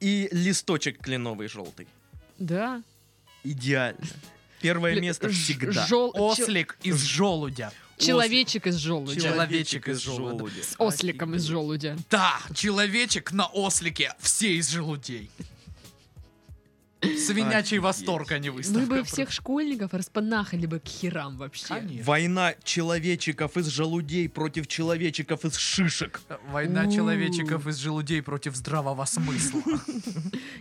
S3: и листочек кленовый желтый.
S2: Да.
S3: Идеально. Первое
S2: Л-
S3: место
S2: ж-
S3: всегда.
S2: жел- чел-
S1: Ослик из желудя.
S2: Человечек из желудя.
S1: Чело-
S3: Человечек
S1: человечек
S3: из
S1: из желудя.
S3: желудя.
S2: С осликом из желудя.
S1: Да, человечек на ослике, все из желудей. Свинячий
S3: Офигеть.
S1: восторг, а не выставка.
S2: Мы бы всех школьников распанахали бы к херам вообще.
S1: Конечно.
S3: Война человечиков из желудей против человечиков из шишек.
S1: Война
S2: У.
S1: человечиков из желудей против здравого смысла.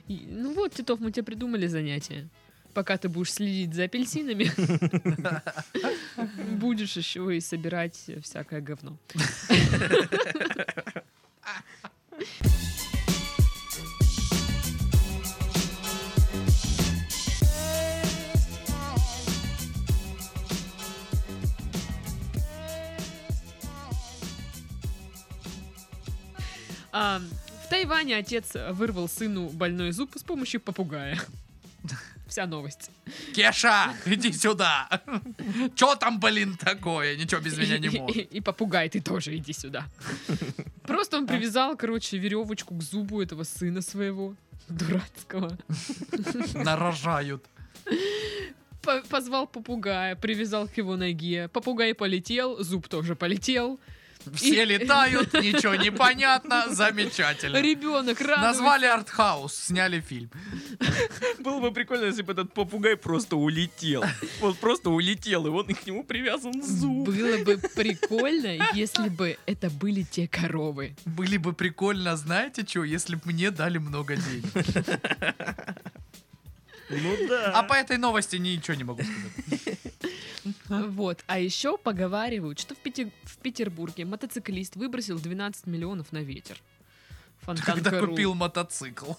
S2: И- Ну вот, Титов, мы тебе придумали занятие. Пока ты будешь следить за апельсинами, будешь еще и собирать всякое говно. А, В Тайване отец вырвал сыну больной зуб с помощью попугая. Вся новость.
S1: Кеша, иди сюда. Че там, блин, такое? Ничего без меня не
S2: И-
S1: может.
S2: И, и попугай, ты тоже иди сюда. Просто он привязал, короче, веревочку к зубу этого сына своего, дурацкого.
S1: Нарожают.
S2: По- Позвал попугая, привязал к его ноге. Попугай полетел, зуб тоже полетел.
S1: Все
S2: И-
S1: летают, ничего не понятно. Замечательно.
S2: Ребенок радуется.
S1: Назвали артхаус, сняли фильм.
S3: Было бы прикольно, если бы этот попугай просто улетел. Вот просто улетел, и он и к нему привязан зуб.
S2: Было бы прикольно, если бы это были те коровы.
S1: Были бы прикольно, знаете что, если бы мне дали много денег.
S3: Ну да.
S1: А по этой новости ничего не могу сказать.
S2: Вот. А еще поговаривают, что в, Пяти- в Петербурге мотоциклист выбросил 12 миллионов на ветер. Фонтанка
S1: Когда купил мотоцикл.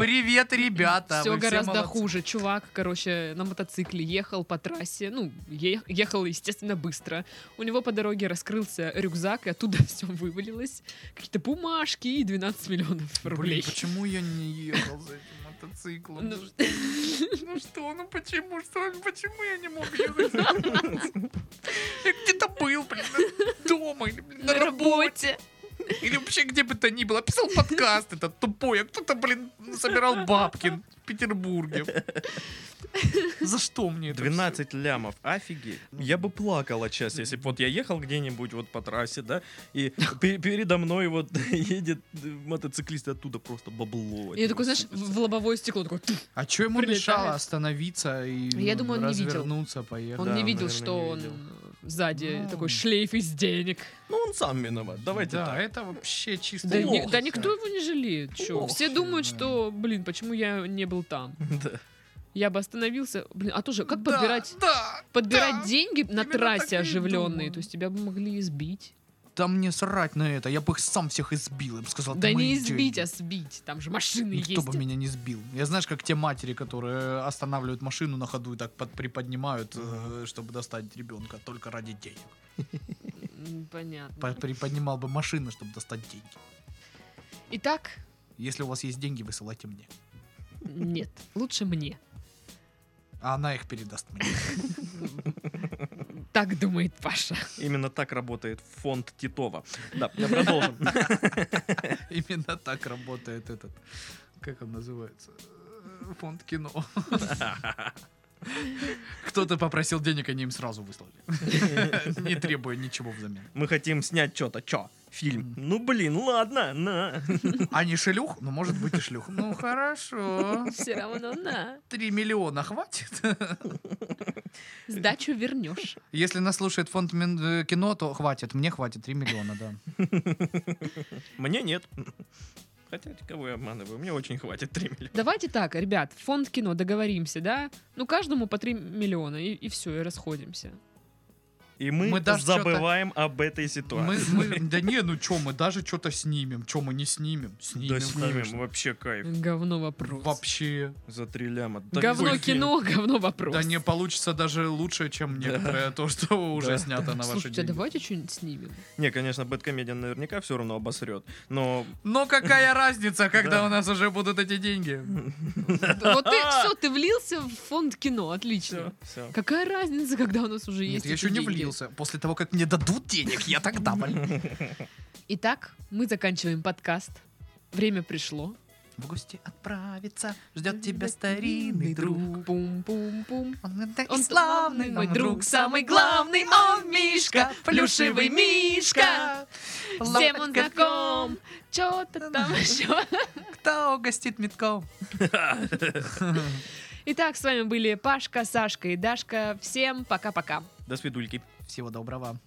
S1: Привет, ребята.
S2: все
S1: вы все
S2: А. гораздо
S1: молодцы.
S2: хуже. Чувак, короче, на мотоцикле ехал по трассе. Ну, е- ехал, естественно, быстро. У него по дороге раскрылся рюкзак, и оттуда все вывалилось. Какие-то бумажки и 12 миллионов рублей.
S1: Блин, почему я не ехал за этим мотоциклом?
S2: Ну,
S1: Ну, Ну что, ну почему, что, ну почему я не мог ехать? за этим мотоциклом? Я где-то был, блин, дома или блин, на
S2: на
S1: работе.
S2: работе.
S1: Или вообще где бы то ни было. Писал подкаст этот тупой, а кто-то, блин, собирал бабки в Петербурге. За что мне это?
S3: 12 лямов, офигеть. Ну, Я бы плакал от счастья, если бы вот я ехал где-нибудь вот по трассе, да, и пе- передо мной вот едет э, мотоциклист, и оттуда просто бабло. Ну, от
S2: И
S3: него
S2: такой, знаешь,
S3: сыпется.
S2: в лобовое стекло такой. «Тьф».
S1: А что ему
S2: Прилетает.
S1: мешало остановиться и
S2: Я думаю, он не видел.
S1: развернуться, поехать?
S2: Он
S3: Да,
S2: не видел,
S3: наверное,
S2: что
S3: не
S2: он
S3: видел.
S2: э, сзади
S1: Ну.
S2: такой шлейф из денег.
S3: Ну, он сам виноват, давайте
S1: да,
S3: так.
S1: это вообще чисто
S2: Да, ни-
S1: лох.
S2: да никто его не жалеет. чё.
S1: Ох,
S2: Все думают,
S1: да.
S2: что, блин, почему я не был там?
S3: Да.
S2: Я бы остановился. Блин, а тоже, как
S1: Да,
S2: подбирать,
S1: Да,
S2: подбирать
S1: да.
S2: деньги на
S1: Именно так
S2: трассе
S1: я и
S2: оживленные?
S1: думаю.
S2: То есть тебя бы могли избить.
S1: Да мне срать на это, я бы их сам всех избил, я бы сказал. «Это
S2: да не
S1: мои
S2: избить,
S1: деньги».
S2: а сбить. Там же машины
S1: Никто
S2: есть.
S1: бы меня не сбил. Я знаешь, как те матери, которые останавливают машину на ходу и так под, приподнимают, э, чтобы достать ребенка только ради денег.
S2: М, Понятно.
S1: По- приподнимал бы машину, чтобы достать деньги.
S2: Итак,
S1: Если у вас есть деньги, высылайте мне.
S2: нет, лучше мне.
S1: А она их передаст мне.
S2: Так думает Паша.
S3: Именно так работает фонд Титова. Да, я продолжим.
S1: Именно так работает этот, как он называется, Э, фонд кино. Кто-то попросил денег, они им сразу выслали. Не требуя ничего взамен.
S3: Мы хотим снять что-то. Чё? Фильм. Ну, блин, ладно, на.
S1: А не шлюх? Ну, может быть, и шлюх. Ну, хорошо.
S2: Все равно на.
S1: Три миллиона хватит?
S2: Сдачу вернешь.
S1: Если нас слушает фонд Мин- э, кино, то хватит. Мне хватит 3 миллиона, да.
S3: Мне нет. Хотя, кого я обманываю, мне очень хватит 3 миллиона.
S2: Давайте так, ребят, фонд кино, договоримся, да? Ну, каждому по 3 миллиона, и, и все, и расходимся.
S3: И мы,
S1: Мы даже чё-то-
S3: забываем об этой
S1: Мы,
S3: ситуации.
S1: мы- да не, ну чё, мы даже что-то снимем. Чё, мы не снимем? Снимем,
S3: Да снимем,
S1: конечно.
S3: вообще кайф.
S2: Говно вопрос.
S1: Вообще.
S3: За 3 ляма.
S2: говно
S3: Такой фильм.
S2: кино, говно вопрос.
S1: Да не получится даже лучше, чем некоторое то, что уже
S3: Да.
S1: снято на ваши
S2: Слушайте, а
S1: деньги.
S2: давайте что-нибудь снимем.
S3: Не, конечно, Бэткомедиан наверняка все равно обосрет. Но
S1: Но какая разница, когда
S3: Да.
S1: у нас уже будут эти деньги?
S2: Вот ты все, ты влился в фонд кино, отлично.
S3: все, все.
S2: Какая разница, когда у нас уже
S1: Нет,
S2: есть?
S1: я
S2: эти
S1: еще не
S2: деньги?
S1: влился. После того, как мне дадут денег, я тогда блин.
S2: Итак, мы заканчиваем подкаст. Время пришло.
S1: В гости отправиться, ждет тебя старинный друг.
S2: Пум-пум-пум.
S1: Он, это и
S2: Он
S1: славный
S2: мой друг, самый главный, он Мишка, плюшевый Мишка. Всем он
S1: Лапка,
S2: знаком. Чё-то там еще.
S1: Кто угостит метком?
S2: Итак, с вами были Пашка, Сашка и Дашка. Всем пока-пока.
S3: До свидульки.
S1: Всего доброго.